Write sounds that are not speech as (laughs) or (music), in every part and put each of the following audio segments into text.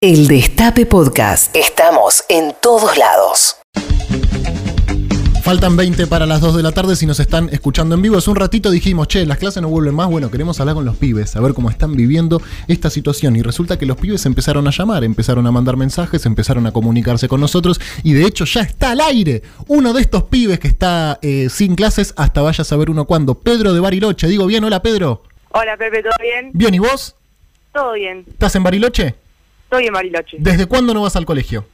El Destape Podcast. Estamos en todos lados. Faltan 20 para las 2 de la tarde si nos están escuchando en vivo. Hace un ratito dijimos, che, las clases no vuelven más. Bueno, queremos hablar con los pibes, a ver cómo están viviendo esta situación. Y resulta que los pibes empezaron a llamar, empezaron a mandar mensajes, empezaron a comunicarse con nosotros. Y de hecho ya está al aire uno de estos pibes que está eh, sin clases hasta vaya a saber uno cuándo. Pedro de Bariloche. Digo bien, hola Pedro. Hola Pepe, ¿todo bien? Bien, ¿y vos? Todo bien. ¿Estás en Bariloche? Estoy en Bariloche. ¿Desde cuándo no vas al colegio?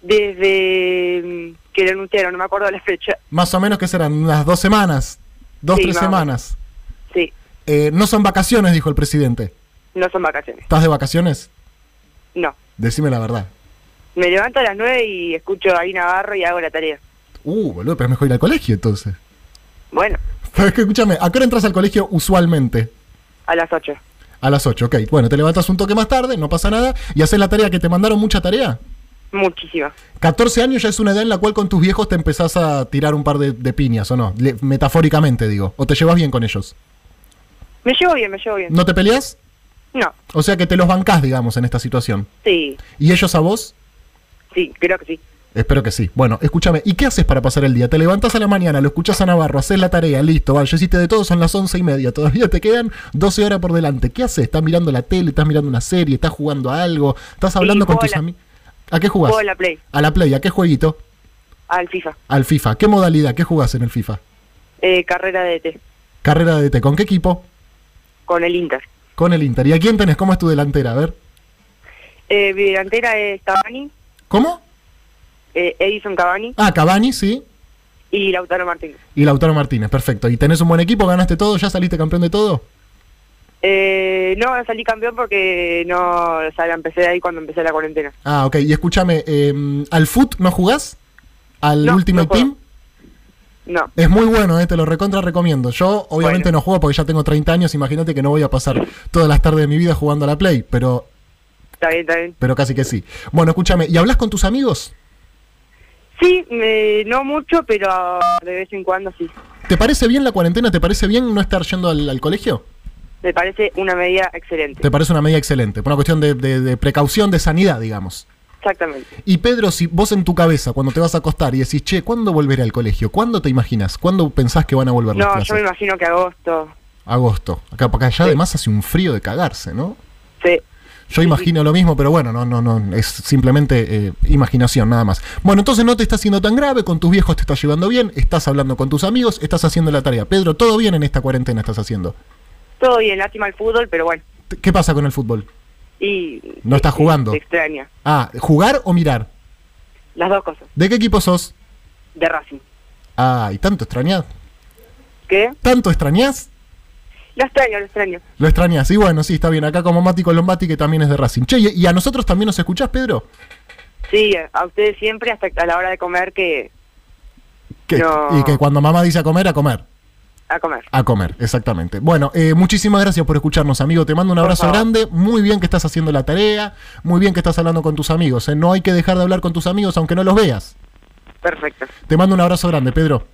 Desde mm, que lo anunciaron, no me acuerdo la fecha. Más o menos que serán unas dos semanas, dos, Sí, tres más o menos. semanas. Sí, Eh, no son vacaciones, dijo el presidente. no son vacaciones. ¿Estás de vacaciones? No. Decime la verdad. Me levanto a las 9 y escucho a Ina Navarro y hago la tarea. Uh, boludo, pero es mejor ir al colegio entonces. Bueno, Pero es que escúchame, ¿a qué hora entras al colegio usualmente? a las 8. A las 8, ok. Bueno, te levantas un toque más tarde, no pasa nada, y haces la tarea que te mandaron mucha tarea. Muchísima. 14 años ya es una edad en la cual con tus viejos te empezás a tirar un par de, de piñas, ¿o no? Le- metafóricamente digo. ¿O te llevas bien con ellos? Me llevo bien, me llevo bien. ¿No te peleas? No, O sea que te los bancás, digamos, en esta situación. sí, ¿Y ellos a vos? sí, creo que sí. Espero que sí. Bueno, escúchame, ¿y qué haces para pasar el día? Te levantás a la mañana, lo escuchás a Navarro, haces la tarea, listo, vaya, hiciste de todo, son las once y media, todavía te quedan 12 horas por delante. ¿Qué haces? ¿Estás mirando la tele? ¿Estás mirando una serie? ¿Estás jugando a algo? ¿Estás hablando con tus bola. amigos? ¿A qué jugás? Juego a la Play, A la Play, ¿a qué jueguito? al FIFA. Al FIFA. ¿Qué modalidad? ¿Qué jugás en el FIFA? Eh, carrera de T, Carrera de T. ¿Con qué equipo? con el Inter. Con el Inter. ¿Y a quién tenés? ¿Cómo es tu delantera? A ver. Eh, mi delantera es Cavani, ¿Cómo? eh, Edison Cavani Ah, Cavani, sí. y Lautaro Martínez. Y Lautaro Martínez, perfecto. ¿Y tenés un buen equipo? ¿Ganaste todo? ¿Ya saliste campeón de todo? Eh, no, salí campeón porque no, o sea, la empecé ahí cuando empecé la cuarentena. Ah, ok. Y escúchame, eh, ¿al foot no jugás? ¿Al No, Ultimate no juego. Team? No, Es muy bueno, eh, te lo recontra recomiendo. Yo obviamente Bueno. no juego porque ya tengo 30 años, imagínate que no voy a pasar todas las tardes de mi vida jugando a la Play, pero, está bien, está bien. pero casi que sí. Bueno, escúchame, ¿y hablas con tus amigos? Sí, me- no mucho, pero de vez en cuando sí. ¿Te parece bien la cuarentena? ¿Te parece bien no estar yendo al, al colegio? Me parece una medida excelente. ¿Te parece una medida excelente? Por una cuestión de, de- de precaución, de sanidad, digamos. Exactamente. Y Pedro, si vos en tu cabeza, cuando te vas a acostar y decís, che, ¿cuándo volveré al colegio? ¿Cuándo te imaginas? ¿Cuándo pensás que van a volver las No, clases? yo me imagino que agosto. Agosto. Acá, acá allá además hace un frío de cagarse, ¿no? Sí. Yo imagino lo mismo, pero bueno, no, no, no, es simplemente eh, imaginación, nada más. Bueno, entonces no te está haciendo tan grave, con tus viejos te está llevando bien, estás hablando con tus amigos, estás haciendo la tarea. Pedro, todo bien en esta cuarentena estás haciendo. Todo bien, lástima el fútbol, pero bueno. T- ¿Qué pasa con el fútbol? Y No estás jugando. se extraña. Ah, ¿jugar o mirar? Las dos cosas. ¿De qué equipo sos? De Racing. Ay, tanto extrañás. ¿Qué? ¿Tanto extrañás? Lo extraño, lo extraño. Lo extrañás. Y bueno, sí, está bien. Acá como Mati Colombati, que también es de Racing. Che, ¿y y a nosotros también nos escuchás, Pedro? Sí, a ustedes siempre hasta a la hora de comer que... Que- No. Y que cuando mamá dice a comer, a comer. A comer. A comer, exactamente. Bueno, eh, muchísimas gracias por escucharnos, amigo. Te mando un Por abrazo favor. grande. Muy bien que estás haciendo la tarea. Muy bien que estás hablando con tus amigos. eh. No hay que dejar de hablar con tus amigos aunque no los veas. Perfecto. Te mando un abrazo grande, Pedro.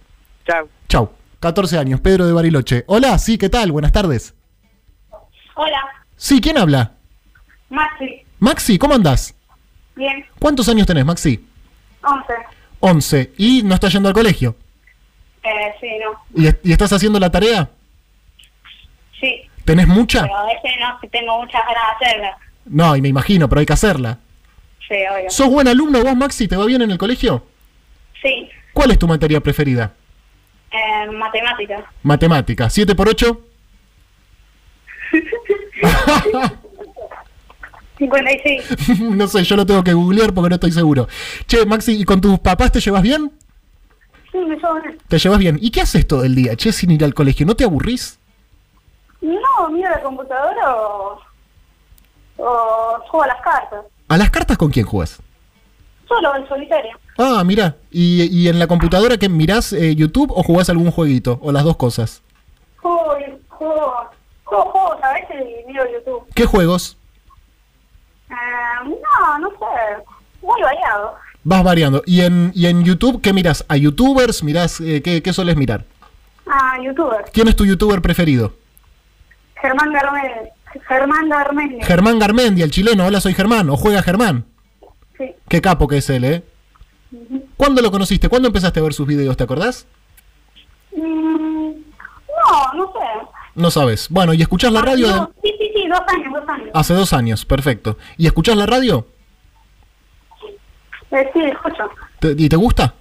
Chao. Chau. 14 años, Pedro de Bariloche. Hola, sí, ¿qué tal? Buenas tardes. Hola, Sí, ¿quién habla? Maxi. Maxi, ¿cómo andás? Bien, ¿Cuántos años tenés, Maxi? 11. 11. ¿Y no estás yendo al colegio? Eh, sí, no. ¿Y, est- y estás haciendo la tarea? Sí, ¿Tenés mucha? pero a veces no que tengo muchas ganas de hacerla. No, y me imagino, pero hay que hacerla. Sí, obvio. ¿Sos buen alumno vos, Maxi? ¿Te va bien en el colegio? Sí, ¿Cuál es tu materia preferida? eh, matemática. Matemática. 7 por 8. 56. no sé, yo lo tengo que googlear porque no estoy seguro. Che, Maxi, ¿y con tus papás te llevas bien? Sí, me sobra. Te llevas bien. ¿Y qué haces todo el día, che, sin ir al colegio? ¿No te aburrís? No, miro la computadora o, o juego a las cartas. ¿A las cartas con quién jugás? Solo en solitario. Ah, mira. ¿Y, y en la computadora qué mirás eh, YouTube o jugás algún jueguito? O las dos cosas. Juego, juego, juego juegos a veces y miro YouTube. ¿Qué juegos? Eh, no, no sé. Muy variado. Vas variando. ¿Y en, y en YouTube qué mirás? ¿A youtubers? ¿Mirás eh, qué, qué solés mirar? Ah, youtuber. ¿Quién es tu youtuber preferido? Germán Garmel. Germán Garmendia. Germán Garmendia, el chileno. Hola, soy Germán. ¿O juega Germán? sí. Qué capo que es él, ¿eh? ¿Cuándo lo conociste? ¿Cuándo empezaste a ver sus videos? ¿Te acordás? Mm, no, no sé. No sabes. Bueno, ¿y escuchás la radio? Ah, No, sí, sí, sí, dos años, dos años. Hace dos años, perfecto. ¿Y escuchás la radio? Eh, sí, escucho. ¿Te- ¿Y te gusta?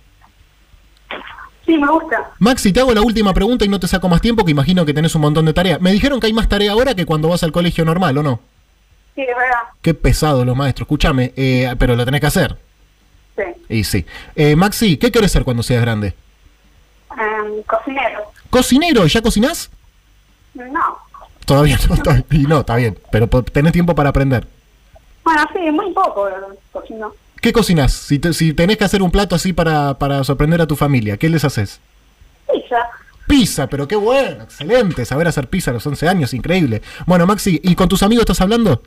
Sí, me gusta. Maxi, te hago la última pregunta y no te saco más tiempo, que imagino que tenés un montón de tarea. Me dijeron que hay más tarea ahora que cuando vas al colegio normal, ¿o no? Sí, es verdad. Qué pesado los maestros, escúchame, eh, pero lo tenés que hacer. Sí. Y sí. Eh, Maxi, ¿qué querés ser cuando seas grande? Em, cocinero. ¿Cocinero? ¿Ya cocinás? No. Todavía no, (laughs) todavía- y no, está bien, pero po- tenés tiempo para aprender. Bueno, sí, muy poco eh, cocino. ¿Qué cocinás? Si, te- si tenés que hacer un plato así para, para sorprender a tu familia, ¿qué les haces? Pizza. Pizza, pero qué bueno, excelente, saber hacer pizza a los 11 años, increíble. Bueno, Maxi, ¿y con tus amigos estás hablando?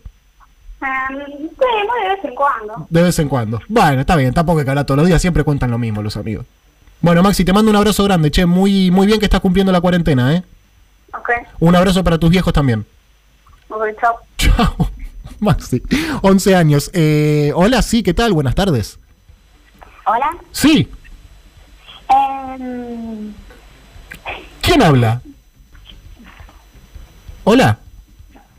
Em, sí, muy de vez en cuando. De vez en cuando. Bueno, está bien, tampoco hay que hablar todos los días, siempre cuentan lo mismo los amigos. Bueno, Maxi, te mando un abrazo grande, che, muy, muy bien que estás cumpliendo la cuarentena, ¿eh? Ok. Un abrazo para tus viejos también. (laughs) Ok, chao. Chao, Maxi. 11 años. Eh, hola, sí, ¿qué tal? Buenas tardes. Hola. Em, Sí, ¿quién habla? Hola,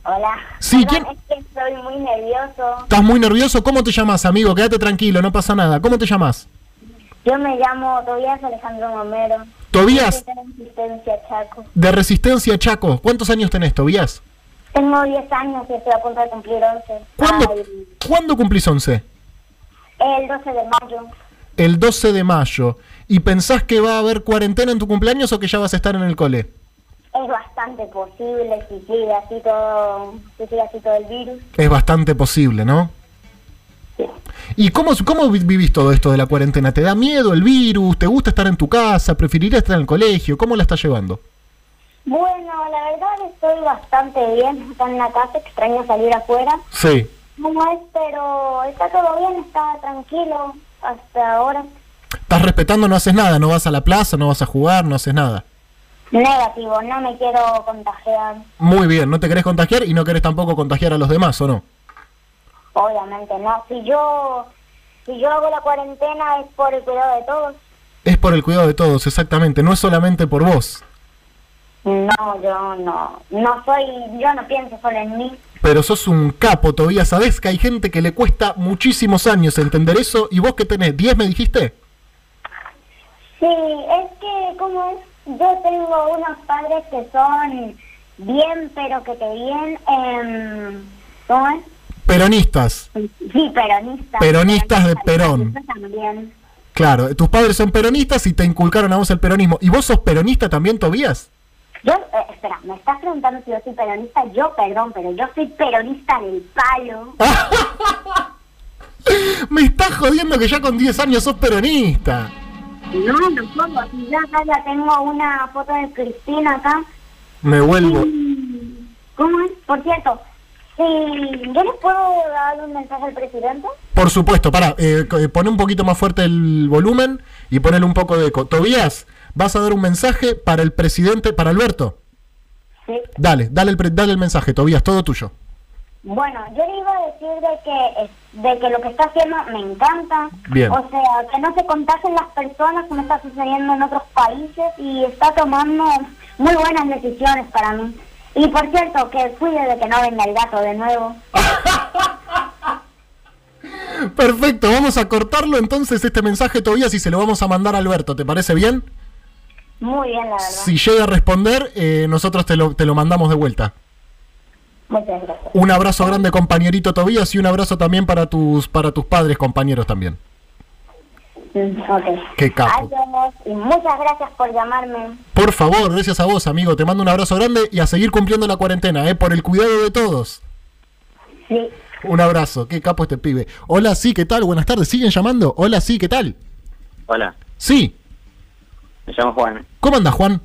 hola. Sí, Perdón, ¿quién- Es que estoy muy nervioso. ¿estás muy nervioso? ¿Cómo te llamas, amigo? Quédate tranquilo, no pasa nada. ¿Cómo te llamas? Yo me llamo Tobias Alejandro Romero. Tobías, Resistencia Chaco. de Resistencia Chaco. ¿Cuántos años tenés, Tobías? Tengo 10 años y estoy a punto de cumplir 11. ¿Cuándo, Ay, ¿cuándo cumplís 11? El 12 de mayo. el 12 de mayo y pensás que va a haber cuarentena en tu cumpleaños o que ya vas a estar en el cole? Es bastante posible si sigue así todo, si sigue así todo el virus. Es bastante posible, ¿no? ¿Y cómo, cómo vi- vivís todo esto de la cuarentena? ¿Te da miedo el virus? ¿Te gusta estar en tu casa? ¿Preferirías estar en el colegio? ¿Cómo la estás llevando? Bueno, la verdad estoy bastante bien acá en la casa, extraño salir afuera. Sí. ¿Cómo es? Pero está todo bien, está tranquilo hasta ahora. Estás respetando, no haces nada, no vas a la plaza, no vas a jugar, no haces nada. Negativo, no me quiero contagiar. Muy bien, no te querés contagiar y no querés tampoco contagiar a los demás, ¿o no? Obviamente no. Si yo, si yo hago la cuarentena es por el cuidado de todos. Es por el cuidado de todos, exactamente, no es solamente por vos. No, yo no, no soy, yo no pienso solo en mí. Pero sos un capo, todavía sabés que hay gente que le cuesta muchísimos años entender eso y vos que tenés 10 me dijiste. Sí, es que, ¿cómo es? Yo tengo unos padres que son bien, pero que te bien, em, ¿cómo es? Peronistas. Sí, peronistas. Peronistas de Perón. peronistas También. Claro, tus padres son peronistas y te inculcaron a vos el peronismo. ¿Y vos sos peronista también, Tobías? Yo, eh, espera, me estás preguntando si yo soy peronista, yo perdón, pero yo soy peronista del palo. Ah. Me estás jodiendo que ya con 10 años sos peronista. No, no puedo, si yo acá ya tengo una foto de Cristina acá. Me vuelvo. ¿Cómo es? Por cierto, si yo les puedo dar un mensaje al presidente. Por supuesto, pará, eh, co- eh, pon un poquito más fuerte el volumen y ponele un poco de eco. Tobías, vas a dar un mensaje para el presidente, para Alberto. Sí. Dale, dale el, pre- dale el mensaje, Tobías, todo tuyo. Bueno, yo le iba a decir de que, de que lo que está haciendo me encanta. Bien. O sea, que no se contagien las personas como está sucediendo en otros países y está tomando muy buenas decisiones para mí. Y por cierto, que cuide de que no venga el gato de nuevo. Perfecto, vamos a cortarlo entonces este mensaje todavía si se lo vamos a mandar a Alberto, ¿te parece bien? Muy bien, la verdad. Si llega a responder, eh, nosotros te lo, te lo mandamos de vuelta. Muchas gracias. Un abrazo grande compañerito Tobías y un abrazo también para tus, para tus padres compañeros también. Mm, Ok. Qué capo. Adiós y muchas gracias por llamarme. Por favor, gracias a vos amigo, te mando un abrazo grande y a seguir cumpliendo la cuarentena, eh, por el cuidado de todos. Sí. Un abrazo, qué capo este pibe. Hola, sí, ¿qué tal? Buenas tardes, ¿siguen llamando? Hola, sí, ¿qué tal? Hola, Sí, me llamo Juan. ¿cómo andas Juan?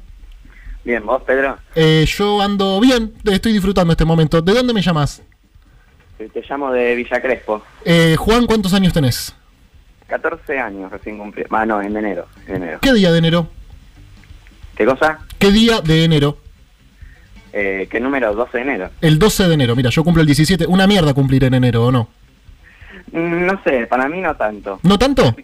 Bien, ¿vos, Pedro? Eh, yo ando bien, estoy disfrutando este momento. ¿De dónde me llamas? Eh, Te te llamo de Villa Crespo. Eh, Juan, ¿cuántos años tenés? 14 años recién cumplí. Ah, no, en enero. En enero. ¿Qué día de enero? ¿Qué cosa? ¿Qué día de enero? Eh, ¿Qué número? 12 de enero. El 12 de enero, mira, yo cumplo el 17. Una mierda cumplir en enero, ¿o no? Mm, No sé, para mí no tanto. ¿No tanto?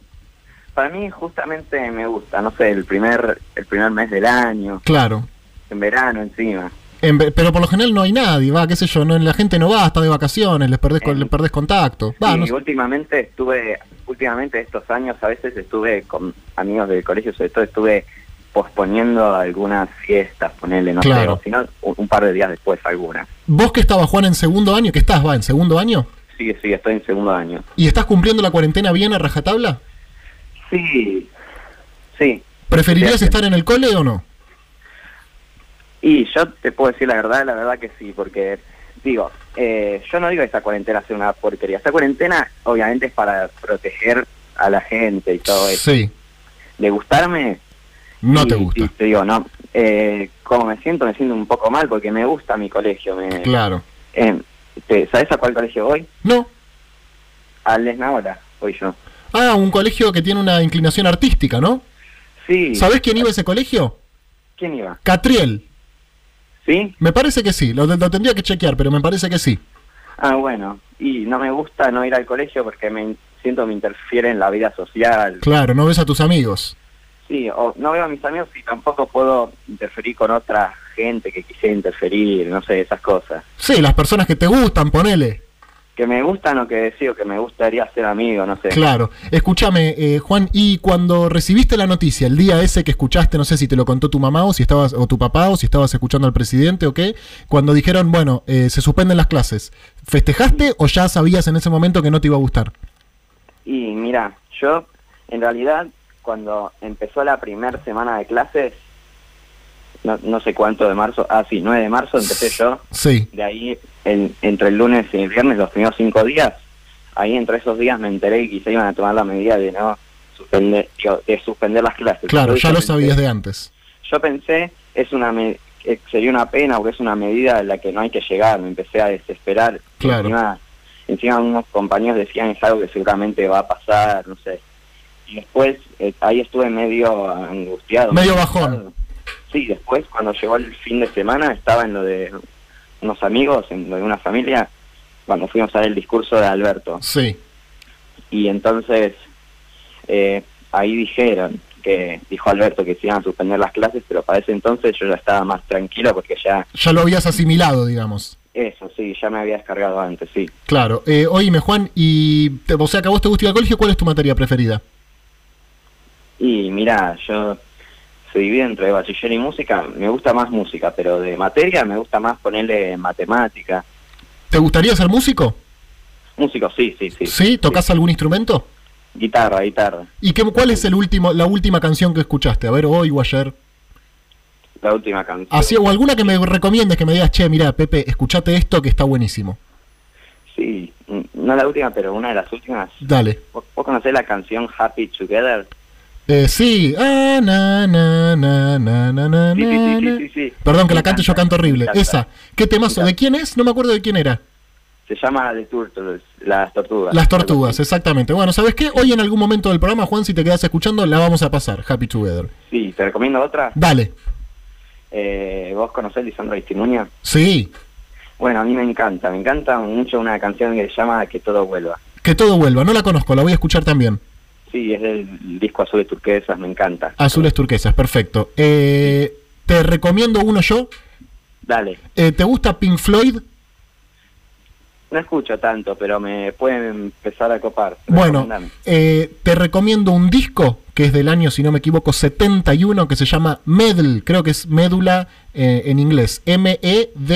Para mí justamente me gusta, no sé, el primer, el primer mes del año, Claro. en verano encima. En ve- pero por lo general no hay nadie, va, qué sé yo, no, la gente no va, está de vacaciones, les perdés, con- Eh. le perdés contacto. Va, y no sé. últimamente estuve, últimamente estos años a veces estuve con amigos del colegio, sobre todo estuve posponiendo algunas fiestas, ponerle, no sé, Claro. o si no, un, un par de días después algunas. Vos que estabas, Juan, en segundo año, que estás, va, en segundo año, Sí, sí, estoy en segundo año. y estás cumpliendo la cuarentena bien a rajatabla, Sí, sí. ¿preferirías Sí. estar en el cole o no? Y yo te puedo decir la verdad, la verdad que sí, porque digo, eh, yo no digo que esta cuarentena sea una porquería. Esta cuarentena obviamente es para proteger a la gente y todo eso. Sí, De gustarme, no Y- te y gusta. te digo, no. Eh, como me siento, me siento un poco mal porque me gusta mi colegio. Me, Claro. eh, te- ¿Sabes a cuál colegio voy? No. Al Lesnaola, voy yo. Ah, un colegio que tiene una inclinación artística, ¿no? Sí. ¿Sabés quién iba a ese colegio? ¿Quién iba? Catriel. ¿Sí? Me parece que sí, lo, lo tendría que chequear, pero me parece que sí. Ah, bueno. Y no me gusta no ir al colegio porque me in- siento me interfiere en la vida social. Claro, no ves a tus amigos. Sí, o no veo a mis amigos y tampoco puedo interferir con otra gente que quisiera interferir, no sé, esas cosas. Sí, las personas que te gustan, ponele. Que me gustan o que decido que me gustaría ser amigo, no sé. Claro. Escúchame, eh, Juan, y cuando recibiste la noticia, el día ese que escuchaste, no sé si te lo contó tu mamá o si estabas, o tu papá, o si estabas escuchando al presidente o qué, cuando dijeron, bueno, eh, se suspenden las clases, ¿festejaste o ya sabías en ese momento que no te iba a gustar? Y mira, yo en realidad cuando empezó la primera semana de clases, no, no sé cuánto de marzo, ah sí, 9 de marzo empecé yo, Sí. de ahí en- entre el lunes y el viernes, los primeros cinco días, ahí entre esos días me enteré que se iban a tomar la medida de no suspender, digo, de suspender las clases. Claro, Yo ya lo dije, sabías de antes. Yo pensé, es una me- que sería una pena porque es una medida a la que no hay que llegar, me empecé a desesperar. Claro. Encima, encima unos compañeros decían es algo que seguramente va a pasar, no sé. Y después eh, ahí estuve medio angustiado. Medio angustiado. bajón. Sí, después cuando llegó el fin de semana estaba en lo de unos amigos, en lo de una familia, cuando fuimos a ver el discurso de Alberto. Sí. Y entonces eh, ahí dijeron que dijo Alberto que se iban a suspender las clases, pero para ese entonces yo ya estaba más tranquilo porque ya, Ya lo habías asimilado, digamos. eso sí, ya me había descargado antes, sí. Claro. Eh, oíme, Juan, y te- o sea que a vos te gusta ir al colegio, ¿cuál es tu materia preferida? Y mira, yo se divide entre bachiller y música, me gusta más música, pero de materia me gusta más ponerle matemática. ¿Te gustaría ser músico? Músico, sí, sí, sí. ¿Sí? ¿Tocas algún instrumento? Guitarra, guitarra. ¿Y qué, cuál es el último, la última canción que escuchaste? A ver, hoy o ayer. La última canción. Así, o alguna que me recomiendes, que me digas, che, mira, Pepe, escuchate esto que está buenísimo. Sí, n- no la última, pero una de las últimas. Dale. ¿Vos vos conocés la canción Happy Together? Eh, sí. Ah, na, na, na, na, na, na, Sí, sí, sí, na. sí, sí, sí. Perdón que la Me cante, yo encanta, canto horrible. me encanta. Esa. ¿Qué temazo? Me ¿De quién es? No me acuerdo de quién era. Se llama The Turtles, las tortugas. Las tortugas, exactamente. Bueno, ¿sabes qué? Hoy en algún momento del programa, Juan, si te quedas escuchando, la vamos a pasar. Happy Together. Sí, te recomiendo otra. Dale. Eh, ¿Vos conocés Lisandro Estimuña? Sí. Bueno, a mí me encanta, me encanta mucho una canción que se llama Que todo vuelva. Que todo vuelva. No la conozco, la voy a escuchar también. Sí, es del disco Azules Turquesas, me encanta. Azules turquesas, perfecto. Eh, te recomiendo uno yo. Dale, Eh, ¿Te gusta Pink Floyd? no escucho tanto, pero me pueden empezar a copar. Bueno, Recomendame. eh, te recomiendo un disco que es del año, si no me equivoco, 71, que se llama Medl, creo que es médula eh, en inglés. E M-E-D-L-E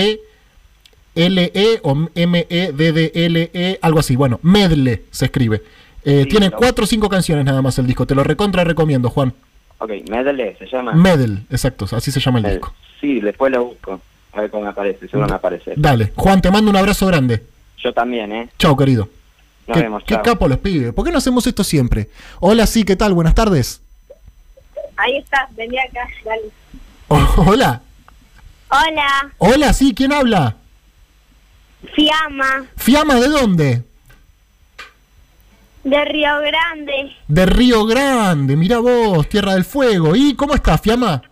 E o M-E-D-D-L-E, E, algo así. Bueno, Medle se escribe. Eh, Sí, tiene está bueno. cuatro o cinco canciones nada más el disco. Te lo recontra recomiendo, Juan. Ok, Medley se llama. Medl, exacto, así se llama el Eh, disco. Sí, después lo busco. A ver cómo me aparece, seguro me aparece. Dale, Juan, te mando un abrazo grande. Yo también, ¿eh? Chao, querido. Nos qué, vemos, qué chao. capo los pibes. ¿Por qué no hacemos esto siempre? Hola, sí, ¿qué tal? Buenas tardes. Ahí está, vení acá, dale. O- (laughs) hola. Hola, Hola, sí, ¿quién habla? Fiamma, Fiamma, ¿de dónde? de Río Grande. De Río Grande, mira vos, Tierra del Fuego. ¿Y cómo estás, Fiamma?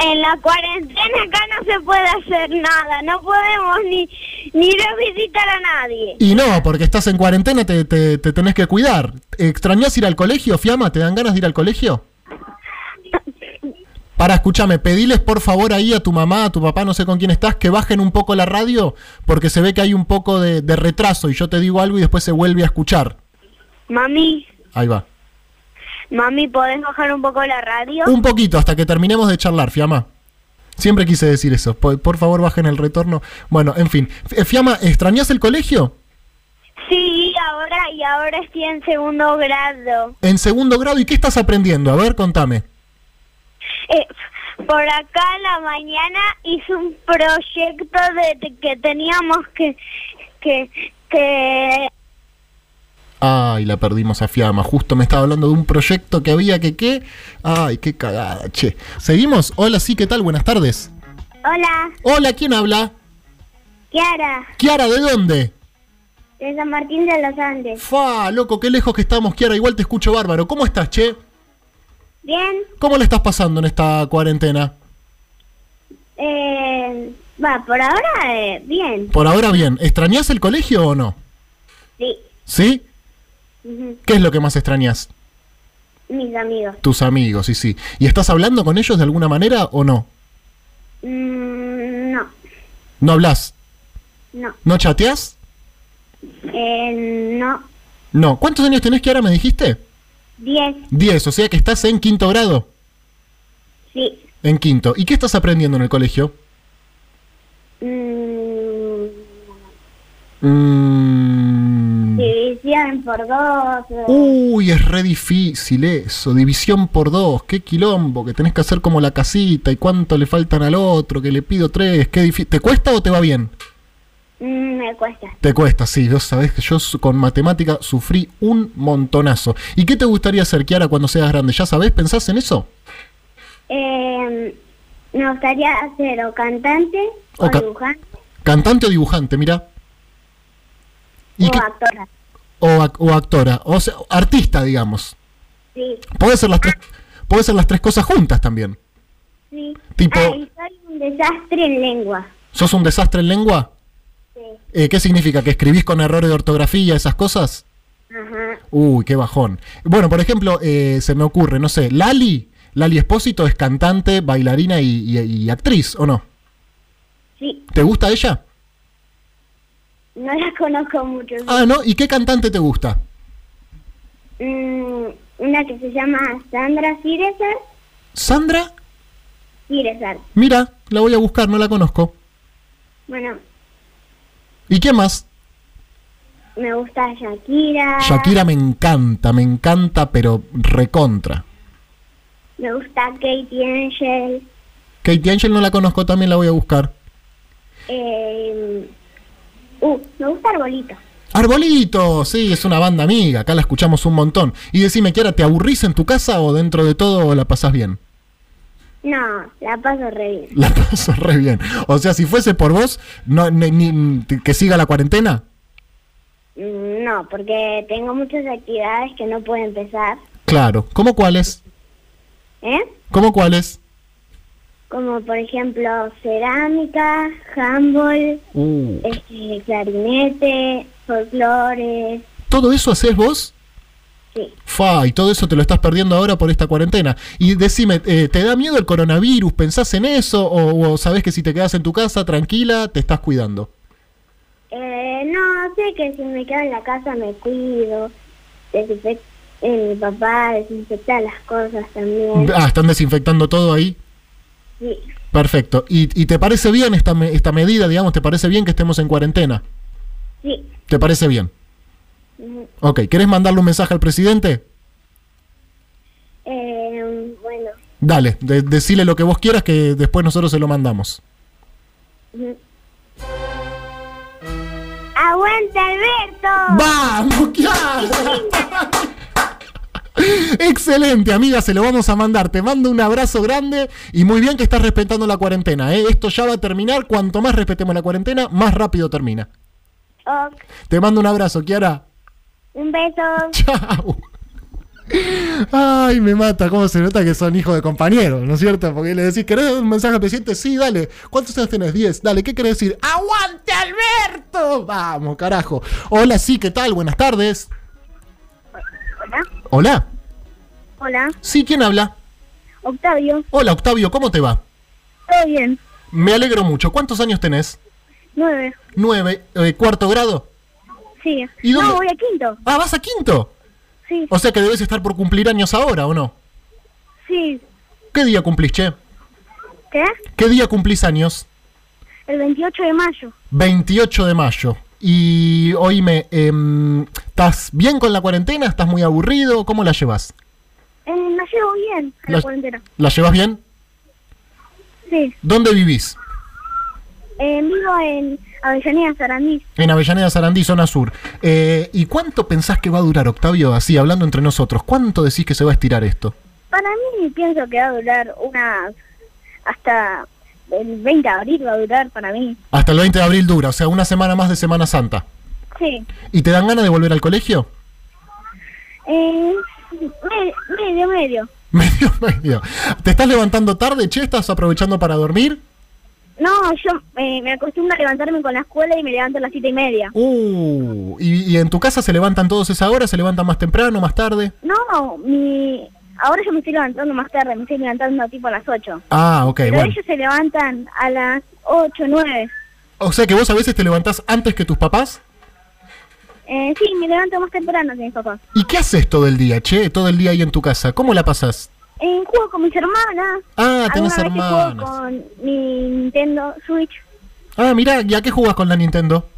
En la cuarentena acá no se puede hacer nada, no podemos ni, ni ir a visitar a nadie. Y no, porque estás en cuarentena, te, te, te tenés que cuidar. ¿Extrañás ir al colegio, Fiamma? ¿Te dan ganas de ir al colegio? Para, escúchame, pediles por favor ahí a tu mamá, a tu papá, no sé con quién estás, que bajen un poco la radio, porque se ve que hay un poco de, de retraso y yo te digo algo y después se vuelve a escuchar. Mami, Ahí va. mami, ¿podés bajar un poco la radio? Un poquito, hasta que terminemos de charlar, Fiamma. Siempre quise decir eso. Por, por favor, bajen el retorno. Bueno, en fin. F- Fiamma, ¿extrañás el colegio? Sí, ahora y ahora estoy en segundo grado. En segundo grado, ¿y qué estás aprendiendo? A ver, contame. Eh, por acá en la mañana hice un proyecto de, de que teníamos que que que Ay, la perdimos a Fiamma. Justo me estaba hablando de un proyecto que había que qué. Ay, qué cagada, che. ¿Seguimos? Hola, sí, ¿qué tal? Buenas tardes. hola Hola, ¿quién habla? Kiara Kiara, ¿de dónde? de San Martín de los Andes Fa, loco, qué lejos que estamos, Kiara. Igual te escucho bárbaro. ¿Cómo estás, che? bien ¿Cómo le estás pasando en esta cuarentena? eh, va por ahora eh, bien Por ahora bien. ¿Extrañás el colegio o no? sí ¿Sí? ujú, ¿Qué es lo que más extrañas? mis amigos Tus amigos, sí, sí. ¿Y estás hablando con ellos de alguna manera o no? Mm, no ¿No hablas? no ¿No chateás? eh, no No. ¿Cuántos años tenés que ahora me dijiste? diez Diez, o sea que estás en quinto grado. sí En quinto. ¿Y qué estás aprendiendo en el colegio? Mm, Mm. división por dos eh, Uy, es re difícil eso. División por dos. Qué quilombo. Que tenés que hacer como la casita y cuánto le faltan al otro. Que le pido tres. Qué difícil. ¿Te cuesta o te va bien? mm, me cuesta Te cuesta, sí, vos sabés que yo su- con matemática sufrí un montonazo. ¿Y qué te gustaría hacer, Kiara, cuando seas grande? ¿Ya sabés? ¿Pensás en eso? Eh, me gustaría ser o cantante, o, O ca- dibujante, ¿Cantante o dibujante? Mira. o actora. o, ac- o actora, o sea, artista, digamos. Sí, Puede ser las tres, puede ser las tres cosas juntas también. sí. Tipo- Ah, y soy un desastre en lengua. ¿Sos un desastre en lengua? Sí. Eh, ¿Qué significa? ¿Que escribís con errores de ortografía, esas cosas? Ajá. Uy, qué bajón. Bueno, por ejemplo, eh, se me ocurre, no sé, Lali. Lali Espósito es cantante, bailarina y, y- y actriz, ¿o no? Sí, ¿Te gusta ella? no la (laughs) conozco mucho. Ah, ¿no? ¿Y qué cantante te gusta? Mm, una que se llama Sandra Ciresar. ¿Sandra? Ciresar. Mira, la voy a buscar, no la conozco. Bueno, ¿Y qué más? me gusta Shakira. Shakira me encanta, me encanta, pero recontra. Me gusta Katie Angel. Katie Angel no la conozco, también la voy a buscar. Eh, uh, me gusta Arbolito. Arbolito, sí, es una banda amiga, acá la escuchamos un montón. Y decime, Kiara, ¿te aburrís en tu casa o dentro de todo la pasás bien? (laughs) No, la paso re bien. La paso re bien. O sea, si fuese por vos, no, ni- ni- que siga la cuarentena. Mm, No, porque tengo muchas actividades que no puedo empezar, Claro. ¿Cómo cuáles? ¿eh? ¿Cómo cuáles? Como por ejemplo cerámica, handball, Uh. este, clarinete, folclore, ¿Todo eso haces vos? sí. Fa, y todo eso te lo estás perdiendo ahora por esta cuarentena. Y decime, eh, ¿te da miedo el coronavirus? ¿Pensás en eso? ¿O, o sabés que si te quedas en tu casa tranquila, te estás cuidando? Eh, no, sé que si me quedo en la casa me cuido, desinfec- eh, mi papá desinfecta las cosas también, Ah, están desinfectando todo ahí. sí, Perfecto. ¿Y, y te parece bien esta, me- esta medida, digamos? ¿Te parece bien que estemos en cuarentena? sí. ¿Te parece bien? Ujú. Ok, ¿querés mandarle un mensaje al presidente? Eh, bueno, Dale, de- decile lo que vos quieras que después nosotros se lo mandamos. aguanta Alberto. ¡Vamos, Kiara! (laughs) Excelente, amiga, se lo vamos a mandar. Te mando un abrazo grande y muy bien que estás respetando la cuarentena. ¿eh? Esto ya va a terminar. Cuanto más respetemos la cuarentena, más rápido termina. Ok, Te mando un abrazo, Kiara. un beso. Chao. Ay, me mata, cómo se nota que son hijos de compañeros, ¿no es cierto? Porque le decís, ¿querés un mensaje al presidente? Sí, dale. ¿Cuántos años tenés? 10. Dale, ¿qué querés decir? ¡Aguante, Alberto! Vamos, carajo. Hola, sí, ¿qué tal? Buenas tardes. Hola. Hola. Hola, Sí, ¿quién habla? Octavio. Hola, Octavio, ¿cómo te va? Todo bien. Me alegro mucho. ¿Cuántos años tenés? Nueve. Nueve, eh, cuarto grado. Sí. ¿Y dónde- No, voy a quinto. Ah, vas a quinto. Sí. O sea que debes estar por cumplir años ahora, ¿o no? Sí. ¿Qué día cumplís, che? ¿Qué? ¿Qué día cumplís años? El 28 de mayo. 28 de mayo. Y oíme, em, ¿estás bien con la cuarentena? ¿Estás muy aburrido? ¿Cómo la llevas? Eh, me llevo bien a la La- cuarentena. ¿La llevas bien? Sí. ¿Dónde vivís? Eh, vivo en Avellaneda, Sarandí. En Avellaneda Sarandí, zona sur. Eh, ¿Y cuánto pensás que va a durar, Octavio? Así, hablando entre nosotros, ¿cuánto decís que se va a estirar esto? Para mí pienso que va a durar unas... Hasta el 20 de abril va a durar para mí. Hasta el 20 de abril dura, o sea, una semana más de Semana Santa. Sí. ¿Y te dan ganas de volver al colegio? (laughs) Eh, me- medio, medio. Medio, medio. ¿Te estás levantando tarde, che? ¿Estás aprovechando para dormir? No, yo eh, me acostumbro a levantarme con la escuela y me levanto a las siete y media. Uh, ¿y, y en tu casa se levantan todos a esa hora? ¿Se levantan más temprano, más tarde? No, mi... Ahora yo me estoy levantando más tarde, me estoy levantando tipo a las 8. Ah, ok, Pero bueno. ellos se levantan a las 8, 9. O sea que vos a veces te levantás antes que tus papás. Eh, sí, me levanto más temprano que mis papás. ¿Y qué haces todo el día, che? Todo el día ahí en tu casa. ¿Cómo la pasás? Eh, juego con mis hermanas. Ah, tenés Alguna vez que hermanas. juego con mi Nintendo Switch. Ah, mirá, ¿y a qué jugás con la Nintendo?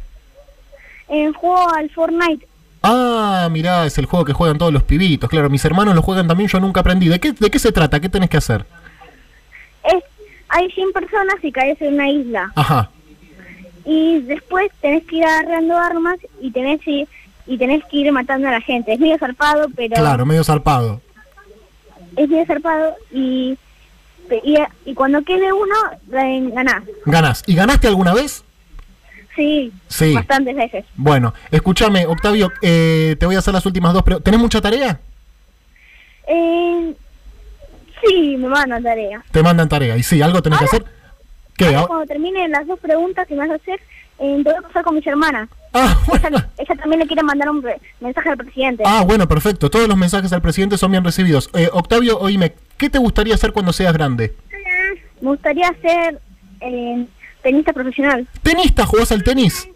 Eh, juego al Fortnite. Ah, mirá, es el juego que juegan todos los pibitos. Claro, mis hermanos lo juegan también, yo nunca aprendí. ¿De qué, de qué se trata? ¿Qué tenés que hacer? Es, hay 100 personas y caes en una isla. Ajá. Y después tenés que ir agarrando armas y tenés, que- y tenés que ir matando a la gente. Es medio zarpado, pero... Claro, medio zarpado. es bien zarpado y, y, y cuando quede uno, eh, ganás. Ganás. ¿Y ganaste alguna vez? Sí, Sí. bastantes veces. Bueno, escúchame, Octavio, eh, te voy a hacer las últimas dos preguntas. ¿Tenés mucha tarea? Eh, sí, me mandan tarea. Te mandan tarea. Y sí, algo tenés que hacer. ¿Qué? Ah, Cuando termine las dos preguntas que me vas a hacer, eh, te voy a pasar con mis hermanas. ah, (laughs) bueno. Ella, ella también le quiere mandar un re- mensaje al presidente. Ah, bueno, perfecto. Todos los mensajes al presidente son bien recibidos. Eh, Octavio, oíme, ¿qué te gustaría hacer cuando seas grande? Me gustaría ser eh, tenista profesional. ¿Tenista? ¿Jugás al tenis?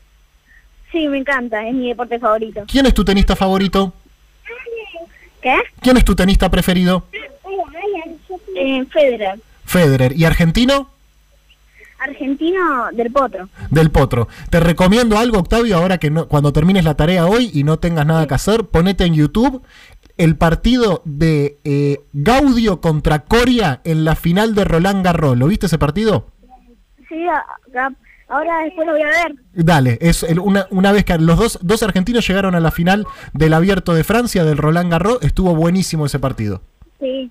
Sí, me encanta, es mi deporte favorito. ¿Quién es tu tenista favorito? ¿Qué? ¿Quién es tu tenista preferido? Eh, Federer, Federer. ¿Y argentino? argentino del potro. Del Potro. Te recomiendo algo, Octavio, ahora que no- cuando termines la tarea hoy y no tengas nada que hacer, ponete en YouTube el partido de eh, Gaudio contra Coria en la final de Roland Garros. ¿Lo viste ese partido? Sí, a- a- ahora después lo voy a ver. Dale, es el- una, una vez que los dos, dos argentinos llegaron a la final del Abierto de Francia, del Roland Garros, estuvo buenísimo ese partido. Sí,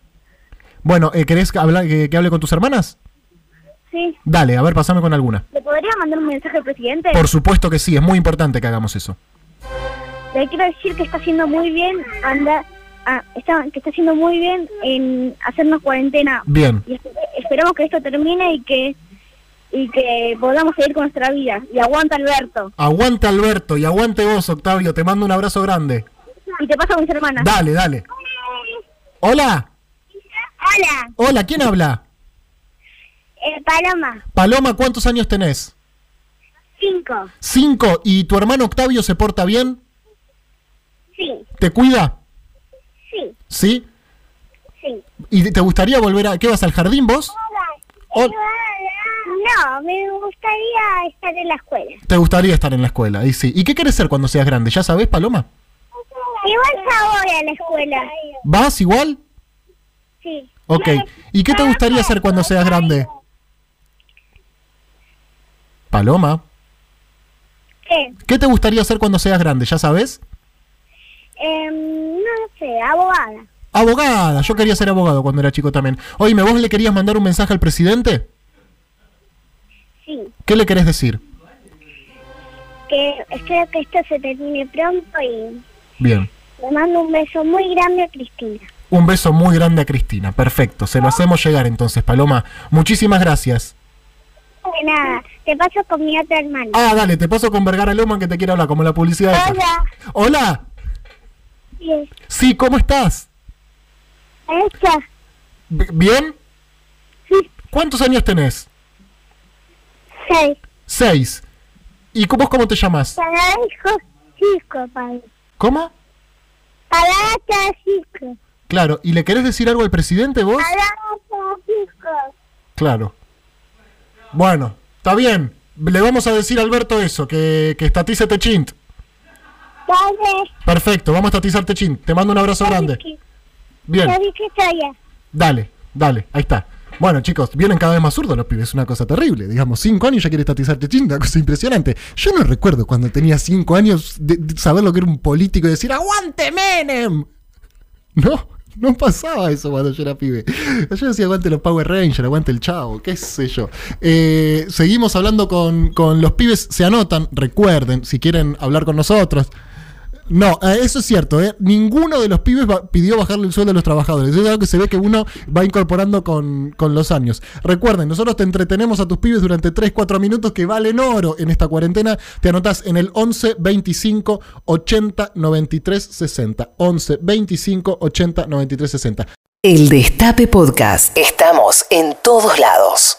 Bueno, eh, ¿querés que hablar, que, que hable con tus hermanas? sí. Dale, a ver, pasame con alguna. ¿Le podría mandar un mensaje al presidente? Por supuesto que sí, es muy importante que hagamos eso. Le quiero decir que está haciendo muy bien anda, ah, está, que está haciendo muy bien en hacernos cuarentena. Bien, Y esp- esperemos que esto termine y que y que podamos seguir con nuestra vida. Y aguanta Alberto. aguante Alberto y aguante vos, Octavio, te mando un abrazo grande. Y te paso a mis hermanas. Dale, dale. Hola, Hola, eh, hola, ¿quién habla? Paloma, Paloma, ¿cuántos años tenés? 5. Cinco. ¿Y tu hermano Octavio se porta bien? Sí, ¿Te cuida? sí, ¿Sí? sí. ¿Y te gustaría volver a... ¿Qué vas al jardín vos? Hola. No, me gustaría estar en la escuela. Te gustaría estar en la escuela, ahí sí. ¿Y qué quieres ser cuando seas grande? ¿Ya sabes, Paloma? Igual ahora a la escuela. ¿Vas igual? Sí. Ok. ¿Y qué te gustaría hacer cuando seas grande? Paloma, ¿Qué? ¿qué te gustaría hacer cuando seas grande? ¿Ya sabes? Em, no sé, abogada. Abogada, yo quería ser abogado cuando era chico también. Oíme, ¿vos le querías mandar un mensaje al presidente? Sí, ¿Qué le querés decir? que espero que esto se termine pronto y, Bien. Le mando un beso muy grande a Cristina. Un beso muy grande a Cristina. Perfecto, se lo hacemos llegar entonces, Paloma. Muchísimas gracias. De nada, te paso con mi otra hermana. Ah, dale, te paso con Vergara Loman que te quiere hablar, como la publicidad. esa. Hola. Hola. Bien. Sí, ¿cómo estás? Esta, B- ¿Bien? Sí. ¿Cuántos años tenés? seis. Seis. ¿Y co- vos cómo te llamas? Para hijos chicos, padre. ¿Cómo? Para hasta chicos. Claro, ¿y le querés decir algo al presidente vos? Para hasta chicos. Claro. Bueno, está bien. Le vamos a decir a Alberto eso, que, que estatice Techint. Padre, Perfecto, vamos a estatizar Techint. Te mando un abrazo grande. Bien, yo dije allá. dale, dale, ahí está. Bueno, chicos, vienen cada vez más zurdos los pibes, es una cosa terrible. Digamos, cinco años ya quiere estatizar Techint, una cosa impresionante. Yo no recuerdo cuando tenía cinco años de, de saber lo que era un político y decir ¡Aguante Menem! No, no pasaba eso cuando yo era pibe. Yo decía, aguante los Power Rangers, aguante el chavo, qué sé yo. Eh, seguimos hablando con, con los pibes, se anotan, recuerden, si quieren hablar con nosotros. No, eh, eso es cierto, eh. ninguno de los pibes ba- pidió bajarle el sueldo a los trabajadores. Es algo que se ve que uno va incorporando con, con los años. Recuerden, nosotros te entretenemos a tus pibes durante 3-4 minutos que valen oro en esta cuarentena. Te anotás en el 11 25 80 93 60. 11 25 80 93 60. El Destape Podcast. Estamos en todos lados.